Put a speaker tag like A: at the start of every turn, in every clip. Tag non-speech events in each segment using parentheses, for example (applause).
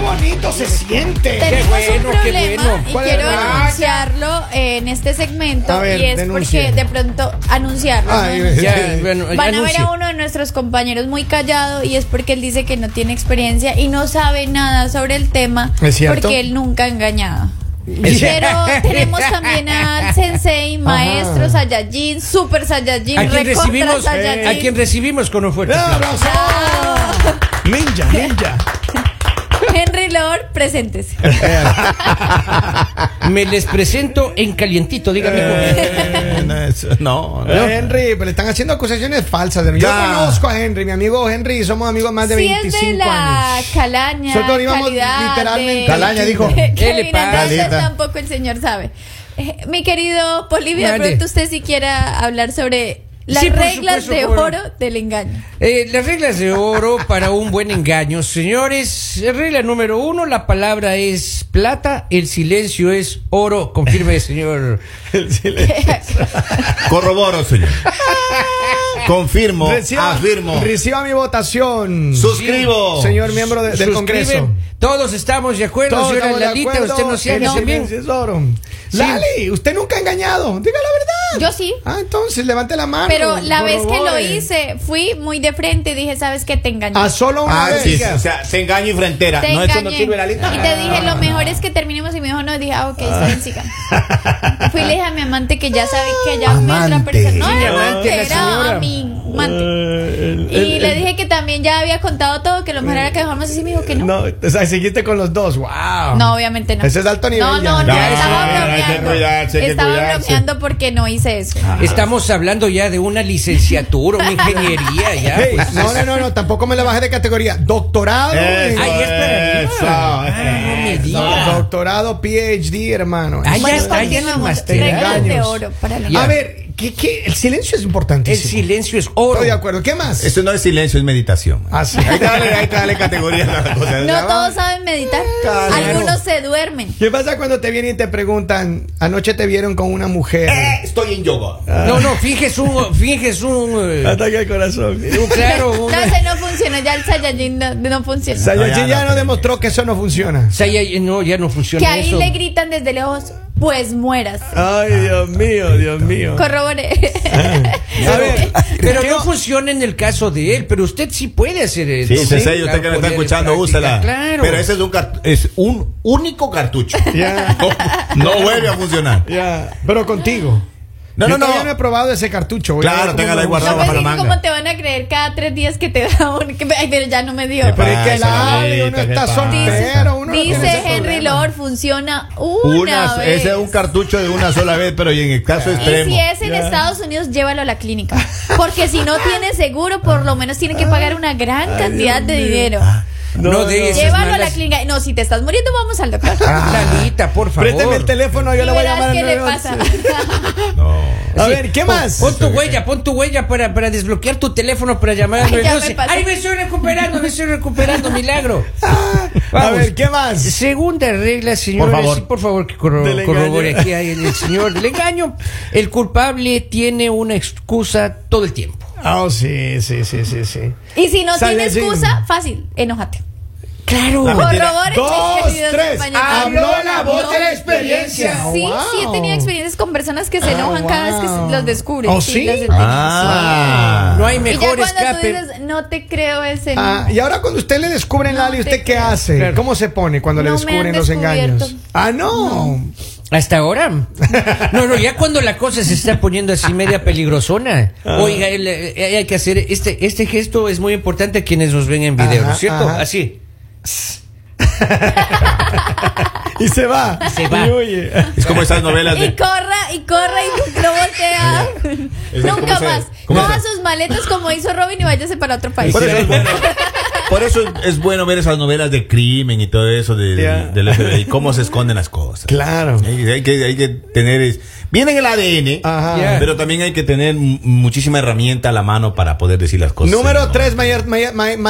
A: bonito se siente.
B: Tenemos
C: bueno,
B: un
C: qué
B: problema
C: bueno.
B: y
A: ¿Cuál es el
B: quiero
A: problema?
B: anunciarlo en este segmento
A: A ver,
B: y es
A: denuncie.
B: porque de pronto anunciarlo.
A: Ay,
B: ¿no?
C: Ya, bueno, ya
B: Van a ver
C: Ah, anuncie.
B: a uno de nuestros compañeros muy callado y es porque él dice que no tiene experiencia y no sabe nada sobre el tema
A: ¿Es cierto?
B: porque él nunca ha engañado.
A: Es
B: Pero
C: (laughs)
B: tenemos también al sensei, maestro, Sayajin, super Sayajin,
C: A quien
B: recontra
C: recibimos,
B: Saiyajin.
C: a quien recibimos con un fuerte aplauso.
A: ¡Aplausos! Ninja, ninja.
B: Henry Lord, preséntese.
C: Me les presento en calientito, dígame.
D: Eh, no, eso- no, no.
A: Henry, pero le están haciendo acusaciones falsas. de- Yo
D: Ya.
A: conozco a Henry, mi amigo Henry, y somos amigos más de
B: Si es
A: 25
B: de la
A: años.
B: calaña,
A: Nosotros íbamos
B: calidad,
A: literalmente-
B: de-
D: Calaña, dijo.
B: que
C: ¿Qué le
B: Kevin
C: pasa?
B: Hernández
D: Calita.
B: (laughs) tampoco el señor sabe. Eh, Mi querido Polivio, de
C: Mande.
B: pronto usted si quiera hablar sobre las
C: Sí, por
B: reglas
C: supuesto,
B: de
C: cómo no.
B: oro del engaño.
C: Eh, las reglas de oro para un buen engaño, señores. eh, Regla número uno, la palabra es plata, el silencio es oro. Confirme, señor.
D: Corroboro, señor. Confirmo,
A: Reciba,
D: Oh, afirmo.
A: reciba mi votación.
D: Suscribo.
A: Señor miembro de- (laughs) del
C: Suscriben.
A: Congreso.
C: Todos estamos de acuerdo,
A: Todos
C: señora
A: estamos de
C: Lalita,
A: acuerdo
C: usted no se
A: en
C: haga
A: el
C: bien.
A: tesoro.
C: Sí.
A: Lali, usted nunca ha engañado. Diga la verdad.
B: Yo sí.
A: Ah, entonces levante la mano.
B: Pero la vez que lo
A: corrobore.
B: hice, fui muy de frente y dije, ¿sabes qué? Te engañé.
A: A solo una
D: Ah,
A: vez.
D: sí, sí, o sea, te engaño y frontera.
B: Te
D: Ah, No, eso no
B: engañé.
D: sirve la lista.
B: Y te dije, lo mejor es que terminemos. Y me dijo, no, dije, ah, ok, está bien, sigan. Fui y le dije a mi amante que ya sabía que ya fue otra
D: Amante. Eh,
B: persona. No,
D: Ah. Sí,
B: era
C: amante,
B: amante,
C: la
B: era
C: señora.
B: mi amante. Y le dije que también ya había contado todo, que lo mejor era que dejáramos así. Me dijo que no. No,
A: No, o sea, seguiste con los dos.
D: (laughs)
A: Wow.
B: obviamente no.
A: Ese es alto nivel
B: No,
A: ya.
B: no, no,
D: Ya,
B: estaba
D: eso, hay que
B: bromeando.
D: cuidarse, hay que
B: estaba
D: cuidarse. Ah.
B: bromeando porque no hice eso.
C: Estamos hablando ya de una licenciatura,
A: (laughs)
C: una ingeniería, ya.
A: Hey,
C: pues,
A: no,
C: es-
A: no, no, no, tampoco me la bajé de categoría. Doctorado.
D: Eso,
C: Ay, es para
D: eso,
C: arriba.
D: eso.
C: Ah, no me diga.
A: Doctorado, PhD, hermano.
C: Ay,
B: Bueno,
C: ya está, ya la
B: continuamos.
C: masteré.
B: Reglas de
A: Engaños.
B: oro para la
C: Ya.
A: A ver, ¿qué, qué? el silencio es
C: El
A: importantísimo.
C: silencio es oro.
A: Estoy de acuerdo. ¿Qué más? Ah,
D: Eso no es silencio, es meditación.
A: Así.
D: Hay que darle, hay que darle categoría a (laughs) la cosa.
B: No todos saben meditar.
A: Claro.
B: Algunos se duermen.
A: ¿Qué pasa cuando te vienen y te preguntan, anoche te vieron con una mujer?
D: Eh, Estoy en yoga.
C: No, no,
B: (laughs)
C: finges un, finges un, eh,
A: Ataque al corazón.
C: un claro, un, eh,
B: No, ese no funciona, ya el Saiyajin no, no funciona.
A: Sayajin
D: No, ya
A: ya
D: no,
A: nos demostró que eso no funciona.
C: O sea, ya- no, ya no funciona
B: que ahí
C: eso.
B: le gritan desde lejos, pues mueras.
A: Ay, Dios mío, Dios mío.
B: Corrobore. (laughs)
A: A ver,
C: Pero no funciona en el caso de él, pero usted sí puede hacer eso.
D: Sí, sensei,
C: claro,
D: usted que me está
C: poner en
D: escuchando,
C: práctica,
D: úsela.
C: Claro.
D: Pero ese es un, cart- es un único cartucho.
A: Ya.
D: No vuelve a funcionar.
A: ya. Pero contigo.
D: No,
A: Yo
D: no, no.
A: todavía no he probado ese cartucho. voy a
D: Claro,
A: ver cómo
D: téngala
A: me
D: ahí
A: gusta.
D: guardada.
B: No,
D: para
B: pues
D: la
B: sí,
D: manga.
B: ¿cómo te van a creer cada tres días que te (laughs) da un... que- Ay, pero ya no me dio.
D: Epa,
A: Pero es que la
D: Pasa,
A: hable, uno
D: Lalita,
A: está
D: ¿qué pasa?
A: soltero, uno no tiene
B: Dice
A: ese
B: Henry
A: problema.
B: Lord, funciona una,
D: Una,
B: vez.
D: ese es un cartucho de una sola vez, pero y en el caso
B: y si
D: extremo.
B: es en Estados Unidos, llévalo a la clínica. Porque si no tiene seguro, por lo menos tiene que pagar una gran cantidad de dinero.
C: No, de esas
B: Llévalo a la
C: malas-
B: clínica. No, si te estás muriendo, vamos al doctor.
C: Ah, Lalita, por favor.
A: Présteme el teléfono, yo
B: Y
A: le voy a
B: verás
A: llamar al
B: qué le
A: 911.
B: pasa. (laughs)
D: No.
A: A
C: Sí,
A: ver, ¿qué
C: pon-
A: más?
C: Pon tu huella, pon tu huella para, para desbloquear tu teléfono para llamar
B: Ay,
C: al
B: ya me
C: 911.
B: pasé.
C: Ay, me estoy recuperando, me estoy recuperando, milagro.
A: A
C: Vamos.
A: ver, ¿qué más?
C: Segunda regla, señores,
D: Por favor.
C: sí, por favor que corro-
A: Del engaño.
C: corrobore aquí hay el, el señor del engaño. El culpable tiene una excusa todo el tiempo.
A: Ah, oh, sí, sí, sí, sí, sí.
B: Y si no tiene
A: Saiyajin.
B: excusa, fácil, enójate.
C: Claro.
D: La Ah, mentira. Ah,
B: Corrobore,
A: Dos,
B: mis queridos
A: tres.
B: compañeros.
A: Habló la voz
B: No.
A: de la experiencia.
B: Sí,
A: Wow.
B: sí, he tenido experiencias con personas que se enojan cada vez que se- los descubren.
A: ¿Oh, sí?
B: los he tenido,
D: Ah.
C: No hay
B: sí. Y ya
C: mejor
B: cuando
C: escape.
B: tú dices, no te creo ese. no".
A: Ah, y ahora cuando usted le descubren,
B: No
A: Lali,
B: te
A: ¿usted qué
B: creo.
A: hace?
C: Claro.
A: ¿Cómo se pone cuando le
B: No me
A: descubren
B: han
A: los
B: descubierto.
A: engaños? Ah, no.
C: Hasta ahora. No, no, ya cuando la cosa se está poniendo así media peligrosona. Oiga, el, eh, hay que hacer este este gesto es muy importante a quienes nos ven en video,
A: Ajá,
C: ¿no es cierto?
A: ajá.
C: Así.
A: Y se va.
C: (laughs) Se va.
A: Y huye.
D: Es como esas
B: (laughs)
D: novelas
B: Y
D: de.
B: corra, y corra, y (laughs) no voltea.
D: Eso, ¿cómo
B: Nunca
D: se-
B: más.
D: cómo
B: Coja
D: se-
B: sus maletas como hizo Robin y váyase para otro país.
D: Por eso, es bueno, por eso es- es bueno ver esas novelas de crimen y todo eso de, de-
A: Ya.
D: del FBI, cómo se esconden las cosas.
A: Claro.
D: Hay, hay que, hay que tener. es- Viene en el ADN,
A: Ajá.
C: Ya.
D: pero también hay que tener m- muchísima herramienta a la mano para poder decir las cosas.
A: Número
D: ¿no?
A: 3,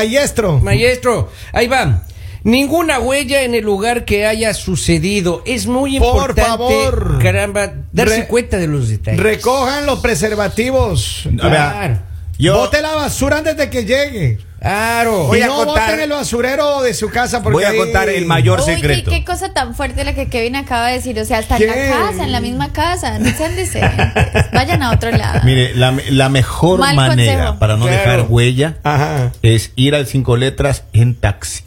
A: maestro.
C: Maestro, ahí va. Ninguna huella en el lugar que haya sucedido. Es muy
A: Por
C: importante,
A: favor.
C: caramba, darse
A: Re-
C: cuenta de los detalles.
A: Recojan los preservativos.
D: A ver,
C: Claro.
D: Ah, Yo- (laughs)
A: Bote la basura antes de que llegue.
C: Claro.
D: Voy
A: y
D: a
A: no
D: contar-
A: boten el basurero de su casa porque
D: Voy a
A: ahí-
D: contar el mayor
B: Uy, qué,
D: secreto.
B: qué cosa tan fuerte la que Kevin acaba de decir. O sea, está en la
A: ¿Quién?
B: casa, en la misma casa. No sean
D: (laughs)
B: decentes. Vayan a otro lado.
D: Mire, la, la mejor
B: Mal
D: manera
B: consejo.
D: para no
A: Claro.
D: dejar huella
A: Ajá.
D: es ir al cinco letras en taxi.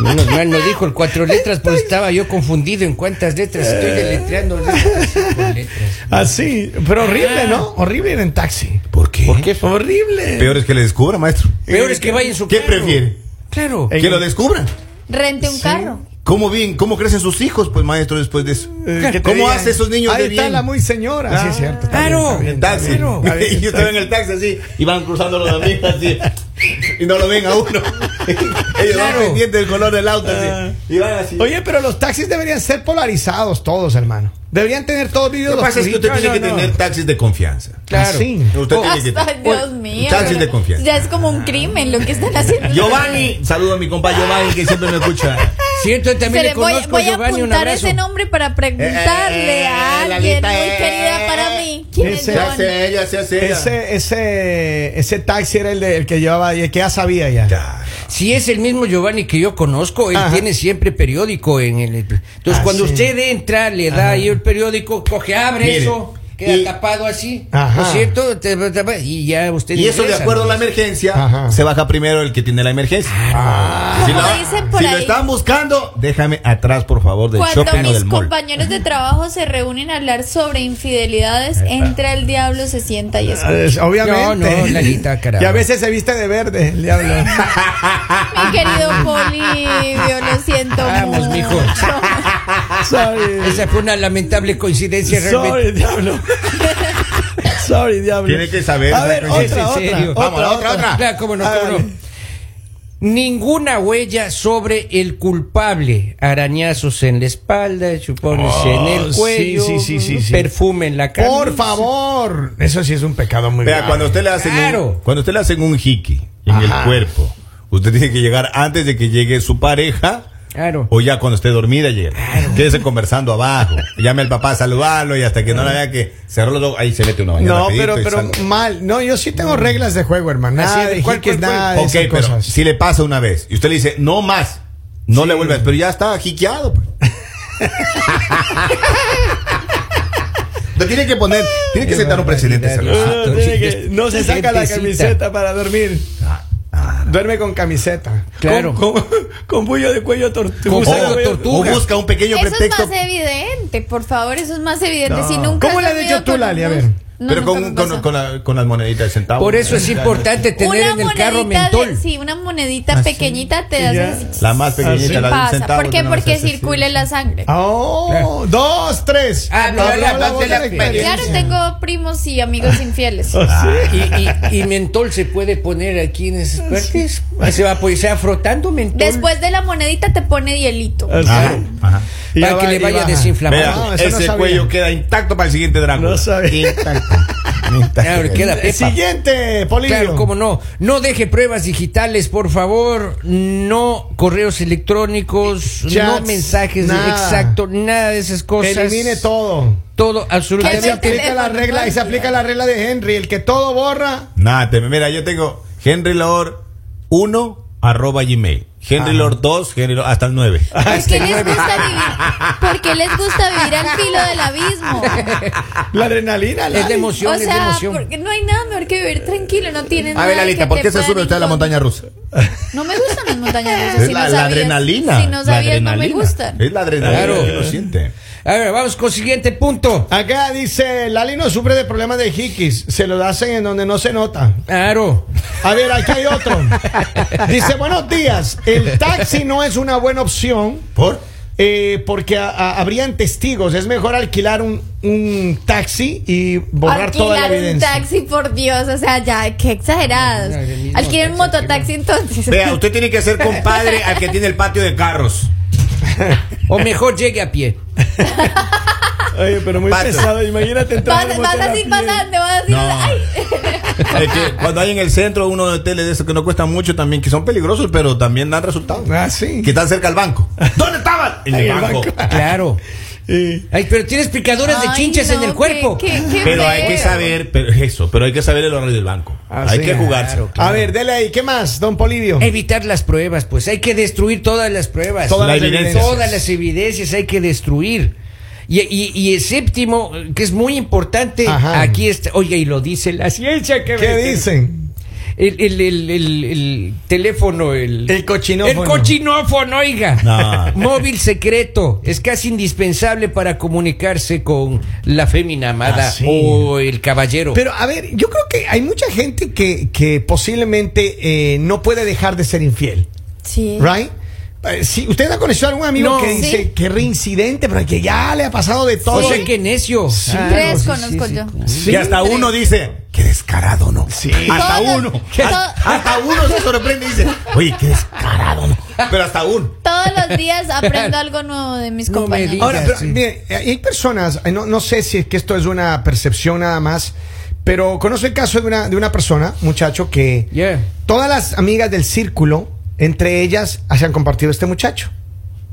C: Menos mal no dijo el
D: (laughs)
C: cuatro letras, pues estaba yo confundido en cuántas letras estoy deletreando. letras, cinco letras.
D: (laughs)
A: Así, pero horrible,
C: Ah.
A: ¿no? Horrible ir en taxi.
D: ¿Por qué?
A: ¿Por qué? Horrible.
D: Peor es que le descubra, maestro.
C: Peor es que vaya en su
D: ¿Qué
C: carro.
D: prefiere?
C: Claro.
A: Eh,
D: Que lo descubran.
B: Rente un carro.
D: ¿Cómo bien? ¿Cómo crecen sus hijos, pues, maestro, después de eso?
A: Eh, que te
D: ¿Cómo
A: digan,
D: hace esos niños
A: Ahí
D: de
A: está
D: bien?
A: la muy señora. sí, es cierto. está bien,
C: Claro.
A: está bien,
D: En
A: está
D: taxi.
A: bien. Está bien,
D: Y (laughs) yo
A: está
D: estaba en el taxi así, y van cruzando los amigos así, y no lo ven a uno. (laughs) Ellos
C: Claro.
D: van pendientes del color del auto así, y van así.
A: bien. Ah. Oye, pero los taxis deberían ser polarizados todos, hermano. Deberían tener todos vídeos
D: lo que pasa es que usted tiene que tener taxis de confianza.
C: Claro.
A: Así.
D: Usted tiene que
B: Hasta, Dios mío.
D: Taxis de confianza.
B: Ya es como un crimen lo que están haciendo.
D: Giovanni, saludo a mi compa Giovanni que siempre me escucha.
C: Cierto, yo también
B: Se
C: le
B: le voy,
C: conozco
B: voy
C: a
B: a
C: Giovanni un
B: apuntar
C: abrazo.
B: ese nombre para preguntarle
D: Eh,
B: a alguien
D: Lalita,
B: muy
D: eh,
B: querida para mí. ¿Quién es
A: ese-
D: Se
B: Giovanni?
D: hace ella, se hace ella.
A: Ese, ese, ese taxi era el, de- el que llevaba y el que ya sabía ya.
D: Ya.
C: Si es el mismo Giovanni que yo conozco, él
A: Ajá.
C: tiene siempre periódico en el. Entonces,
A: Ah,
C: cuando
A: sí.
C: usted entra, le da ahí el periódico, coge, abre
D: Mire,
C: eso, queda
D: y-
C: tapado así.
A: Ajá.
C: ¿No es cierto? Te- te- te- Y ya usted.
D: Y eso de
C: ingresa,
D: acuerdo a
C: ¿no?
D: la emergencia,
A: Ajá. Ah.
D: se baja primero el que tiene la emergencia. Si,
B: Como
D: la-
B: dicen por
D: si lo
B: ahí.
D: están buscando, déjame atrás, por favor, del
B: Cuando
D: shopping o
B: mis
D: del mall.
B: compañeros de trabajo se reúnen a hablar sobre infidelidades, entra el diablo, se sienta y escucha.
A: Es- Obviamente.
C: No, no,
A: (laughs)
C: Lalita, carajo.
A: Y a veces se viste de verde, el diablo.
B: Mi
D: (laughs)
B: querido Polivio, lo siento
C: Vamos,
B: mucho.
C: mijo.
A: (laughs) Sorry.
C: Esa fue una lamentable coincidencia realmente.
A: Sorry, (laughs) diablo. Sorry, diablo.
D: Tiene que saber.
A: A ver,
D: Es
C: (laughs)
A: otra,
C: en serio.
A: otra, otra,
D: Vamos, la otra, otra.
C: Claro, cómo no,
A: Ah,
C: cómo no.
A: vale.
C: Ninguna huella sobre el culpable. Arañazos en la espalda, chupones en el
A: Oh, sí,
C: cuello,
A: sí, sí, sí, sí.
C: perfume en la cara.
A: Por favor. Eso sí es un pecado muy
D: Vea,
A: grave.
D: cuando usted le hacen un,
C: Claro.
D: cuando usted le hacen un hiki en
A: Ajá.
D: el cuerpo, usted tiene que llegar antes de que llegue su pareja.
C: Claro.
D: O ya cuando esté dormida llega. Quédese conversando abajo. Llame al papá a saludarlo y hasta que no la vea que cerró los ojos, ahí se mete una bañada.
A: No,
D: rapidito
A: pero,
D: y
A: pero
D: sale.
A: mal. No, yo sí tengo reglas de juego, hermano.
C: Así
A: Nada
C: es,
A: de
C: ¿cuál,
A: jiques,
C: cuál, cuál?
A: nada de
D: Ok,
A: esas
D: pero
A: cosas.
D: si le pasa una vez y usted le dice, no más, no le vuelvas, pero ya está jiqueado.
A: (laughs)
D: pues. Te tiene que poner, tiene que
C: Qué
D: sentar un precedente.
C: barbaridad.
D: Salvador.
C: (laughs)
A: Ah, tiene que- no se saca la
C: Gentecita.
A: camiseta para dormir. Duerme con camiseta.
C: Claro.
A: Con, con, con bullo de cuello tortuga.
C: Con
A: Gusano de
C: bullo
A: cuello-
C: tortuga.
D: O busca un pequeño
B: Eso es
D: pretexto.
B: más evidente, por favor, eso es más evidente. Si nunca
A: ¿Cómo
B: has
A: le has dicho
B: dormido
A: tú,
B: con
A: Lali? A
B: un-
A: ver.
B: No,
D: pero
B: nunca
D: con,
B: me
D: con-
B: pasó.
D: con la- con las moneditas de
A: Ah,
D: centavo.
C: Por eso es
D: Ya,
C: importante tener
B: una
C: en el carro
B: monedita
C: mentol.
B: de- sí, una
D: Ah,
B: monedita pequeñita te
A: Y
B: das
A: ya.
B: así, Ah,
D: La más
A: Así
D: pequeñita, la de un
B: pasa.
D: centavo.
B: ¿Por qué?
D: que no me
B: Porque
D: hace
B: circule
D: así.
B: la sangre.
A: Ah, Oh, dos, tres.
C: Ah, pero
A: Hablamos
C: hablaste
A: de
C: de la
B: Claro, tengo primos y amigos infieles.
D: Ah,
C: Y, y- y mentol se puede poner aquí en esas partes. Ahí Se va a poner, se va frotando mentol.
B: Después de la monedita te pone hielito.
A: Así.
D: Ajá, ajá.
A: Y
C: para
A: ya
C: que
A: va,
C: le
A: y
C: vaya
A: baja.
C: desinflamando.
D: Vea,
A: no, eso no
D: ese
A: sabía.
D: cuello queda intacto para el siguiente Drácula.
A: No sabía.
D: Intacto. (laughs) Intacto.
C: Claro, queda pepa.
A: Siguiente, Polivio.
C: Claro, cómo no. No deje pruebas digitales, por favor. No correos electrónicos,
A: Chats,
C: no mensajes,
A: nada.
C: exacto, nada de esas cosas.
A: Elimine todo.
C: Todo,
A: Ahí se
B: Qué
C: absolutamente.
B: mentira.
A: aplica la regla, ahí se aplica la regla de Henry, el que todo borra.
D: Nada, te- mira, yo tengo Henry Lord 1 arroba gmail. Henry Lord 2, Henry Lord- hasta el 9.
B: ¿Por qué
D: (laughs)
B: les gusta vivir? ¿Por qué les gusta vivir al filo del abismo?
A: La adrenalina, la
C: Es de emoción,
B: O
C: es de
B: sea,
C: emoción.
B: porque no hay nada mejor que vivir tranquilo, no tienen
D: A
B: nada
D: ver,
B: que
D: Lalita, ¿por
B: te
D: qué se
B: puedan
D: sube usted a la
B: incomodar.
D: montaña rusa?
B: No me gustan las montañas rusas.
D: Es
B: si
D: la,
B: no
D: la
B: sabías-
D: adrenalina.
B: Si no
D: la
B: sabías, no me
D: adrenalina.
B: gustan.
D: Es la adrenalina
C: Claro.
D: que uno (laughs) siente.
C: A ver, vamos con siguiente punto.
A: Acá dice, Lali no sufre de problemas de hikis, se lo hacen en donde no se nota.
C: Claro.
A: A ver, aquí hay otro. Dice, buenos días, el taxi no es una buena opción
D: ¿Por?
A: eh, porque a- a- habrían testigos, es mejor alquilar un, un taxi y borrar toda la
B: Alquilar un
A: evidencia.
B: taxi, por Dios, o sea, ya, qué exagerados.
C: No, no, el mismo
B: Alquilar un
C: taxi,
B: mototaxi entonces.
D: Vea, usted tiene que ser compadre al que tiene el patio de carros.
A: (laughs)
C: O mejor llegue a pie.
A: Oye, pero muy
D: Pato.
A: pesado, imagínate
B: (laughs)
A: entrar
B: Vas,
A: en
B: vas así
A: mototerapia.
B: pasando, vas así.
D: No.
B: ay.
D: (laughs) Es que cuando hay en el centro uno de tele de esos que no cuestan mucho también, que son peligrosos, pero también dan resultados.
A: Ah, sí.
D: Que están cerca al banco. ¿Dónde estaban? En el
A: En el
D: banco.
A: banco.
C: Claro.
A: Eh,
C: Ay, pero tienes picaduras de
B: Ay,
C: chinches
B: no,
C: en el
B: qué-
C: cuerpo.
B: qué- qué
D: Pero hay que
B: feo.
D: saber, pero eso, pero hay que saber el horario del banco.
A: Ah,
D: hay
A: sí,
D: que jugarse.
C: claro,
A: A ver, dele ahí. ¿Qué más, don Polivio?
C: Evitar las pruebas, pues hay que destruir todas las pruebas.
A: Todas
D: la
A: las
D: evidencia.
A: evidencias.
C: Todas las evidencias hay que destruir. Y, y- y el séptimo, que es muy importante,
A: Ajá.
C: aquí está. Oye, y lo dice la ciencia que
A: ¿Qué
C: me-
A: dicen?
C: El, el- el- el- el teléfono, el,
A: El cochinófono.
C: El cochinófono, oiga.
D: No.
C: Móvil secreto. Es casi indispensable para comunicarse con la fémina amada
A: Ah, sí.
C: o el caballero.
A: Pero a ver, yo creo que hay mucha gente que, que posiblemente eh, no puede dejar de ser infiel.
B: Sí.
A: ¿Right? Eh, Sí, ¿Usted ha conocido a algún amigo
C: No.
A: que dice
B: Sí.
A: que reincidente, pero que ya le ha pasado de todo?
C: o sea, que necio.
A: Ah,
B: Tres
C: no, sí,
B: conozco
C: sí, sí,
B: yo.
A: Sí.
D: y hasta uno dice, qué descarado, ¿no?
A: Sí.
D: Hasta
B: Todo-
D: uno.
B: ¿Qué?
D: Hasta, hasta uno se sorprende y dice, oye, qué descarado, ¿no? Pero hasta uno.
B: Todos los
C: (laughs)
B: días aprendo algo nuevo de mis
C: No me
B: compañeros.
C: digas.
A: Ahora, pero,
C: sí.
A: mire, eh, hay personas, eh, no, no sé si es que esto es una percepción nada más, pero conozco el caso de una, de una persona, muchacho, que
C: Yeah.
A: todas las amigas del círculo, entre ellas, se han compartido este muchacho.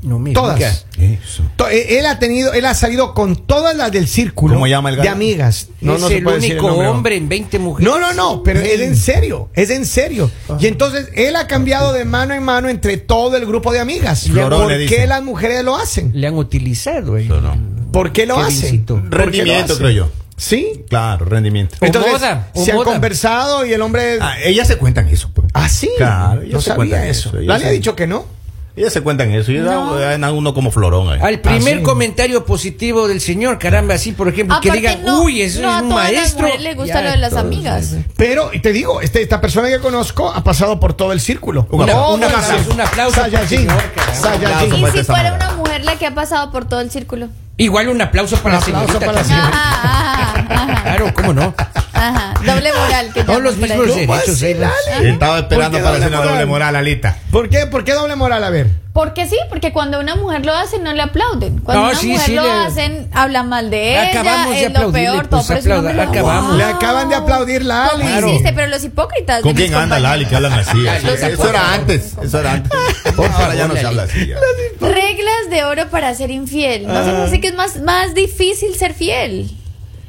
C: No me
A: Todas.
C: digas.
D: Eso.
A: To- eh, él ha tenido, él ha salido con todas las del círculo
D: ¿Cómo llama el gallo?
A: de amigas.
C: es el
A: puede decir
C: único
A: nombre, ¿no?
C: hombre en 20 mujeres.
A: No, no, no, pero es en serio, es en serio. Y entonces él ha cambiado de mano en mano entre todo el grupo de amigas.
D: Florón,
A: ¿Por
D: le
A: qué
D: dicen.
A: las mujeres lo hacen?
C: Le han utilizado, eh.
D: No, no.
A: ¿Por qué lo
C: Qué
A: hacen?
C: vincito.
A: ¿Por qué lo
D: Rendimiento,
A: hacen?
D: creo yo.
A: Sí.
D: Claro, rendimiento.
C: Pues, O
A: Entonces,
C: moda, o
A: se han
C: moda.
A: conversado y el hombre...
D: Ah, ellas se cuentan eso, pues.
A: Ah, sí.
D: Claro,
A: no
D: ellas se
A: sabía
D: cuentan
A: eso.
D: eso, ellas
A: ¿La le ha
D: saben.
A: dicho que no?
D: Ellas se cuentan eso. Y
B: No.
D: dan a uno como florón ahí.
C: Al primer
A: Ah, sí.
C: comentario positivo del señor, caramba, así por ejemplo, que
B: Aparte,
C: digan,
B: no,
C: uy, eso
B: no
C: es
B: a
C: un
B: todas las
C: maestro.
B: mujeres les gusta
C: Ya,
B: lo de las
C: todos,
B: amigas.
C: ya, ya.
A: Pero, y te digo, este- esta persona que conozco ha pasado por todo el círculo.
D: Un aplauso.
A: Todo
D: Un
A: el
D: aplauso,
A: círculo.
C: un aplauso.
A: Saiyajin,
C: Señor, carajo.
A: Saiyajin.
D: Un
B: Y
D: Comparte
B: si
D: esa
B: fuera
D: manera.
B: una mujer la que ha pasado por todo el
C: (laughs)
B: círculo.
C: Igual un aplauso para
A: Un
C: la
A: aplauso
C: señorita.
A: para la
C: también.
A: señora.
B: Ajá, ajá, ajá.
C: Claro, cómo no.
B: Ajá, doble moral que
C: Todos
B: llaman
C: los
B: por ahí.
C: mismos derechos.
A: sí,
C: eh, los-
A: dale.
D: Estaba esperando
A: ¿Por qué
D: para hacer
A: doble
D: una
A: moral?
D: doble moral, Alita.
A: ¿Por qué? ¿Por qué doble moral? A ver.
B: Porque sí, porque cuando una mujer lo hace no le aplauden. Cuando
C: No,
B: una
C: sí,
B: mujer
C: sí,
B: lo
C: le-
B: hacen, hablan mal de ella,
C: Acabamos de
B: es lo
C: aplaudirle,
B: peor, todo
C: pues,
B: por eso no me
C: aplauda-
B: lo-
C: acabamos.
B: ¡Wow!
A: Le acaban de aplaudir la
B: ¿Cómo
A: Ali.
C: Claro.
B: hiciste? Pero los hipócritas. de
D: ¿Con
B: mis
D: quién anda
B: compañeros.
D: Lali que hablan así? así?
C: Los
D: Eso
C: apoyo.
D: era antes, eso era antes.
C: Por
D: Ahora ya
C: favor,
D: no se
C: Lali.
D: habla así. ya.
B: Reglas de oro para ser infiel. No sé, no sé qué es más, más difícil ser fiel.
C: Ah.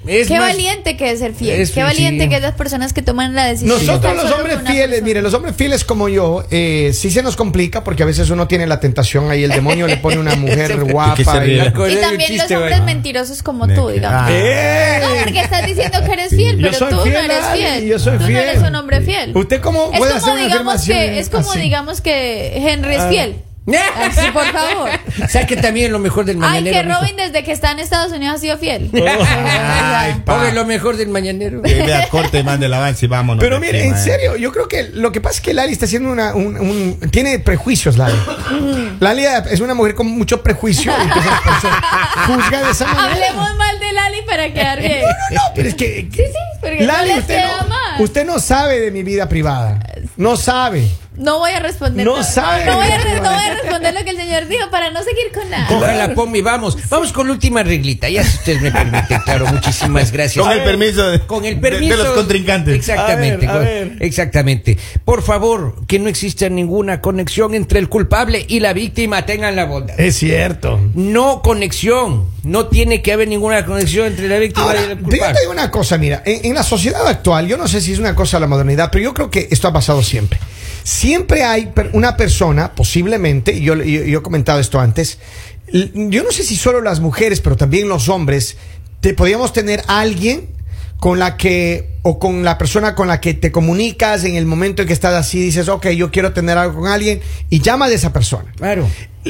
C: Es
B: qué
C: más,
B: valiente que es ser fiel.
C: es-
B: qué valiente
C: sí.
B: que es las personas que toman la decisión. de estar
A: Nosotros los
B: solo
A: hombres
B: con una
A: fieles,
B: persona.
A: mire, los hombres fieles como yo, eh, sí se nos complica porque a veces uno tiene la tentación ahí, el demonio le pone una
B: (laughs)
A: mujer
D: ¿Qué se
A: guapa. y-
D: ríe?
C: me acordé
B: Y
C: de un
B: también los
C: chiste,
B: hombres
C: güey.
B: mentirosos como
D: Me-
B: tú, digamos.
D: Ah.
A: ¡Eh!
B: No, porque estás diciendo que eres fiel,
A: Yo
B: pero
A: soy
B: tú
A: fiel,
B: no eres
A: Ale,
B: fiel.
A: yo soy
B: tú
A: fiel.
B: no eres un hombre fiel.
A: ¿Usted cómo
B: es
A: puede
B: como,
A: hacer una
B: digamos
A: afirmación
B: que, es como
A: así? (laughs)
B: digamos que Henry es fiel.
C: Ah.
B: Así, (laughs) por favor.
C: Saque también lo mejor del
B: Ay,
C: mañanero.
B: que
C: mijo.
B: Robin desde que está en Estados Unidos ha sido fiel.
A: Oh.
D: Ay, pa.
C: Pobre, lo mejor del mañanero.
D: Que vea corte, mande el avance y vámonos.
A: Pero
D: de
A: mire,
D: tema,
A: en
D: eh.
A: serio, yo creo que lo que pasa es que Lali está haciendo una. un- un- tiene prejuicios, Lali. Lali es una mujer con mucho prejuicio. y
B: (laughs)
A: entonces, por eso, juzga de esa manera.
B: Hablemos mal de Lali para quedar
A: (laughs)
B: bien.
A: No, pero es que.
B: Sí, sí, porque
A: Lali,
B: no les
A: usted,
B: queda más.
A: no, usted no sabe de mi vida privada. No sabe.
B: No voy a responder.
A: No sabe.
B: No voy, a, re- no voy a responder lo que el señor dijo para no seguir con nada.
C: Ojalá, Pomi, vamos. Vamos con la última reglita. Ya, si ustedes me permiten, claro. Muchísimas gracias.
D: Con el permiso de-
C: Con
D: de-
C: el permiso.
D: de los contrincantes.
C: Exactamente.
A: A ver, a
C: con-
A: ver.
C: Exactamente. Por favor, que no exista ninguna conexión entre el culpable y la víctima. Tengan la bondad.
A: Es cierto.
C: No conexión. No tiene que haber ninguna conexión entre la víctima
A: Ahora,
C: y el
A: yo te
C: culpable.
A: digo una cosa, mira, en, en la sociedad actual, yo no sé si es una cosa de la modernidad, pero yo creo que esto ha pasado siempre. Siempre hay per- una persona, posiblemente, y yo, yo- yo he comentado esto antes, l- yo no sé si solo las mujeres, pero también los hombres, te podríamos tener a alguien con la que, o con la persona con la que te comunicas en el momento en que estás así, dices, ok, yo quiero tener algo con alguien, y llama de esa persona.
C: Claro.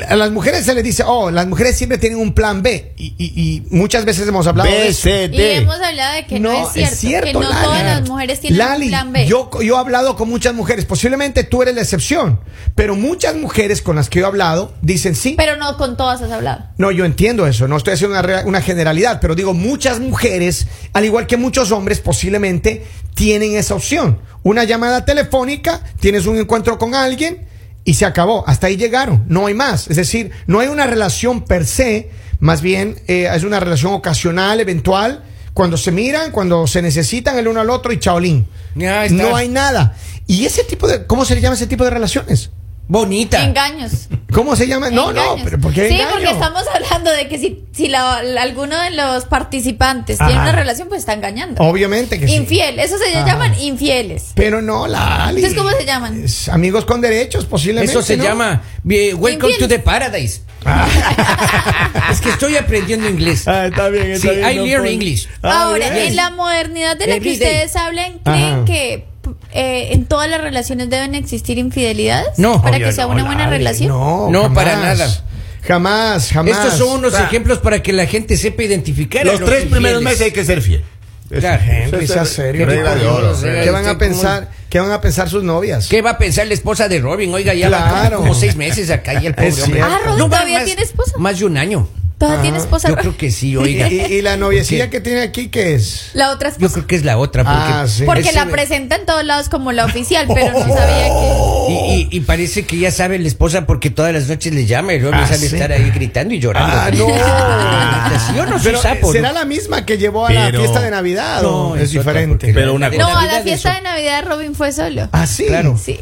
A: A las mujeres se les dice, oh, las mujeres siempre tienen un plan B, y, y- y muchas veces hemos hablado de
D: B,
A: eso.
D: C,
B: Y
D: D.
B: hemos hablado de que no, es, cierto, que no
A: Lali.
B: todas las mujeres tienen
A: Lali,
B: un plan B.
A: Yo, yo he hablado con muchas mujeres, posiblemente tú eres la excepción, pero muchas mujeres con las que yo he hablado dicen sí.
B: Pero no con todas has hablado.
A: no, yo entiendo eso, no estoy haciendo una, rea- una generalidad, pero digo, muchas mujeres, al igual que muchos hombres, posiblemente tienen esa opción. Una llamada telefónica, tienes un encuentro con alguien y se acabó, hasta ahí llegaron, no hay más. Es decir, no hay una relación per se, más bien eh, es una relación ocasional, eventual, cuando se miran, cuando se necesitan el uno al otro y chaolín.
C: Ya está.
A: No hay nada. Y ese tipo de, ¿cómo se le llama ese tipo de relaciones?
C: Bonita.
B: Engaños.
A: ¿Cómo se llama? No, no,
B: Engaños.
A: pero ¿por qué
B: Sí,
A: engaño?
B: porque estamos hablando de que si, si la- la- alguno de los participantes
A: Ajá.
B: tiene una relación, pues está engañando.
A: Obviamente que sí.
B: Infiel, eso se llaman infieles.
A: Pero no, la Ali.
B: Entonces, ¿cómo se llaman?
A: Es amigos con derechos, posiblemente.
C: Eso se
A: ¿no?
C: llama eh, Welcome
B: Infieles.
C: to the Paradise.
B: Ah.
C: (laughs) es que estoy aprendiendo inglés.
D: Ah, está bien, está
C: Sí,
D: bien.
C: I
D: no
C: learn
D: puedo.
C: English.
D: Ah,
B: Ahora,
D: bien.
B: en la modernidad de la que
C: Every day.
B: ustedes hablan, ¿creen
A: Ajá.
B: que p- eh, en todas las relaciones deben existir infidelidades?
C: No.
B: Para
A: Obvio,
B: que sea
A: no,
B: una
A: la
B: buena
A: Ali,
B: relación.
A: No,
C: No, para
A: jamás.
C: nada.
A: Jamás, jamás.
C: Estos son unos
D: Ah.
C: ejemplos para que la gente sepa identificar. a
D: Los tres
C: infieles.
D: primeros meses hay que ser fiel.
C: Claro. Pues,
A: Henry, sea serio.
D: Regla de oro.
C: Regla
A: ¿Qué van
C: Estoy
A: a pensar? ¿Qué van a pensar sus novias?
C: ¿Qué va a pensar la esposa de Robin? Oiga, ya va a tener
A: Claro.
C: como seis meses acá y el pobre
A: Es
C: hombre.
A: cierto.
B: Ah, Robin
C: va
B: todavía tiene esposa.
C: Más de un año.
A: Ah,
B: ¿Todavía tiene esposa?
C: Yo creo que
B: (laughs)
C: sí,
A: Y,
C: oiga.
A: y- y la noviecilla
C: ¿Qué?
A: que tiene aquí, ¿qué es?
B: La otra
C: Yo
B: esposa.
C: creo que es la otra. Porque,
A: Ah, sí.
B: Porque
C: ese-
B: la presenta en todos lados como la
A: (laughs)
B: oficial,
A: Oh,
B: pero no sabía que.
C: y, y- y parece que ya sabe la esposa porque todas las noches le llama y Robin
A: Ah,
C: sale a
A: sí.
C: estar ahí gritando y llorando.
A: Ah, no.
C: Ah, Yo no soy
A: Pero, eh,
C: sapo. ¿no?
A: ¿Será la misma que llevó a la
D: Pero-
A: fiesta de Navidad?
C: No,
A: o es
C: otra,
A: diferente.
C: porque
D: Pero una
C: Navidad
B: No, a la
C: es
B: fiesta
C: eso.
B: de Navidad Robin fue solo.
A: Ah, sí.
C: Claro.
B: Sí.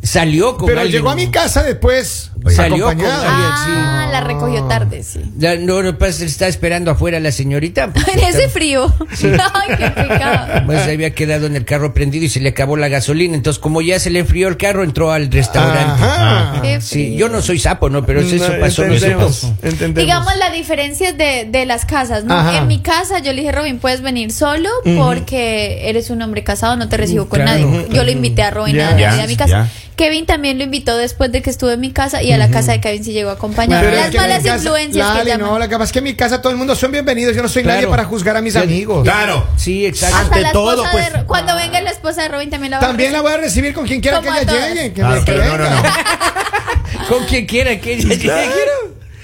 C: Salió con
A: Pero
C: alguien.
A: llegó a mi casa después.
C: Salió con
A: acompañada.
C: alguien.
B: Ah, la recogió tarde, sí.
C: Ya, no, no, pues está esperando afuera
B: (laughs)
C: la señorita.
B: En ese frío. (laughs) Ay, qué pecado.
C: Pues se había quedado en el carro prendido y se le acabó la gasolina. Entonces, como ya se le enfrió el carro, entró al restaurante.
A: Ajá.
B: Qué
C: Sí,
B: frío.
C: yo no soy sapo, ¿no? Pero eso, eso
A: No,
C: pasó. no sé.
A: entendemos, entendemos.
B: Digamos las diferencias de, de las casas, ¿no?
A: Ajá.
B: En mi casa yo le dije, Robin, puedes venir solo porque eres un hombre casado, no te recibo con
C: Claro.
B: nadie. Yo lo invité a Robin
A: Ya.
B: a, la
D: Ya,
B: vida a mi casa.
D: ya.
B: Kevin también lo invitó después de que estuve en mi casa y a la casa de Kevin sí llegó acompañado.
A: Pero es
B: las
A: que en mi
B: malas
A: casa-
B: influencias que
A: Lali,
B: llaman.
A: no, la capaz que en mi casa todo el mundo son bienvenidos. Yo no soy nadie
C: Claro.
A: para juzgar a mis
C: Sí.
A: amigos.
D: Claro.
C: Sí, exacto.
B: Hasta
D: Ante
B: la
D: todo,
B: esposa
D: pues.
B: de Ro- cuando venga la esposa de Robin también la va
A: También
B: a
A: la voy a recibir con quien quiera que
B: Como a
A: ella
B: todos.
A: llegue.
C: Ah,
A: que
D: Claro,
A: me- que
D: pero no, no,
A: venga.
D: no.
B: Ah.
C: Con quien (laughs) quiera que ella llegue.
A: (laughs)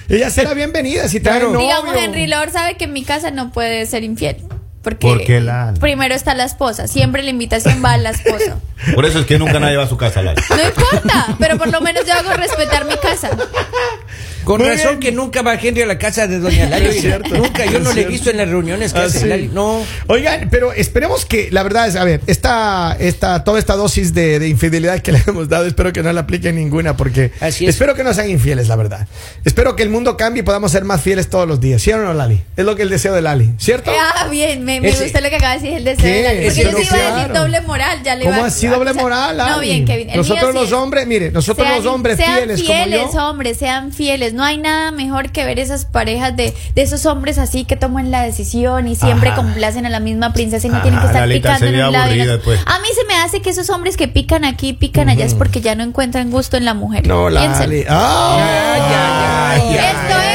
A: Ella será bienvenida si trae
C: Claro.
A: novio.
B: Digamos, Henry Lord sabe que en mi casa no puede ser infiel. Porque
D: ¿Por qué, Lali?
B: primero está la esposa. Siempre la invitación va a la esposa.
D: Por eso es que nunca nadie va a su casa, Lali.
B: No importa, pero por lo menos yo hago respetar mi casa.
C: Con
A: Muy
C: razón que
A: bien.
C: nunca va Henry a la casa de Doña Lali.
A: (laughs) Es cierto.
C: nunca, yo
A: Es
C: no le he
A: cierto.
C: visto en las reuniones que
A: Ah,
C: hace
A: sí.
C: Lali. No.
A: Oigan, pero esperemos que, la verdad es, a ver, esta, esta, toda esta dosis de, de infidelidad que (laughs) le hemos dado, espero que no la apliquen ninguna, porque
C: Así es.
A: espero que no sean infieles, la verdad. Espero que el mundo cambie y podamos ser más fieles todos los días. ¿Sí o no, Lali? Es lo que el deseo de Lali, ¿cierto?
B: Ah, bien, me, me
C: Ese-
B: gusta lo que acaba de decir el deseo.
A: ¿Qué?
B: de la-
A: Ese
B: Porque yo
A: no,
B: sí iba a decir
A: claro.
B: doble moral, ya le iba
A: ¿Cómo
B: a-
A: así doble
B: o sea,
A: moral, Lali?
B: No, bien, Kevin. El
A: Nosotros
B: mío
A: los
B: sí es-
A: hombres, mire, nosotros
B: sean-
A: los hombres
B: sean
A: fieles,
B: fieles,
A: como yo.
B: hombres, sean fieles. No hay nada mejor que ver esas parejas de, de esos hombres así que toman la decisión y siempre
D: Ajá.
B: complacen a la misma princesa y no
D: Ajá,
B: tienen que estar
D: Lalita,
B: picando en
D: sería
B: un lado. y en
D: aburrida,
B: otro.
D: pues.
B: A mí se me hace que esos hombres que pican aquí, pican allá es porque ya no encuentran gusto en la mujer.
A: No,
B: Piénsenlo.
A: Lali. Ah,
C: Ya, ya, ya,
A: ya,
B: Esto
A: ya.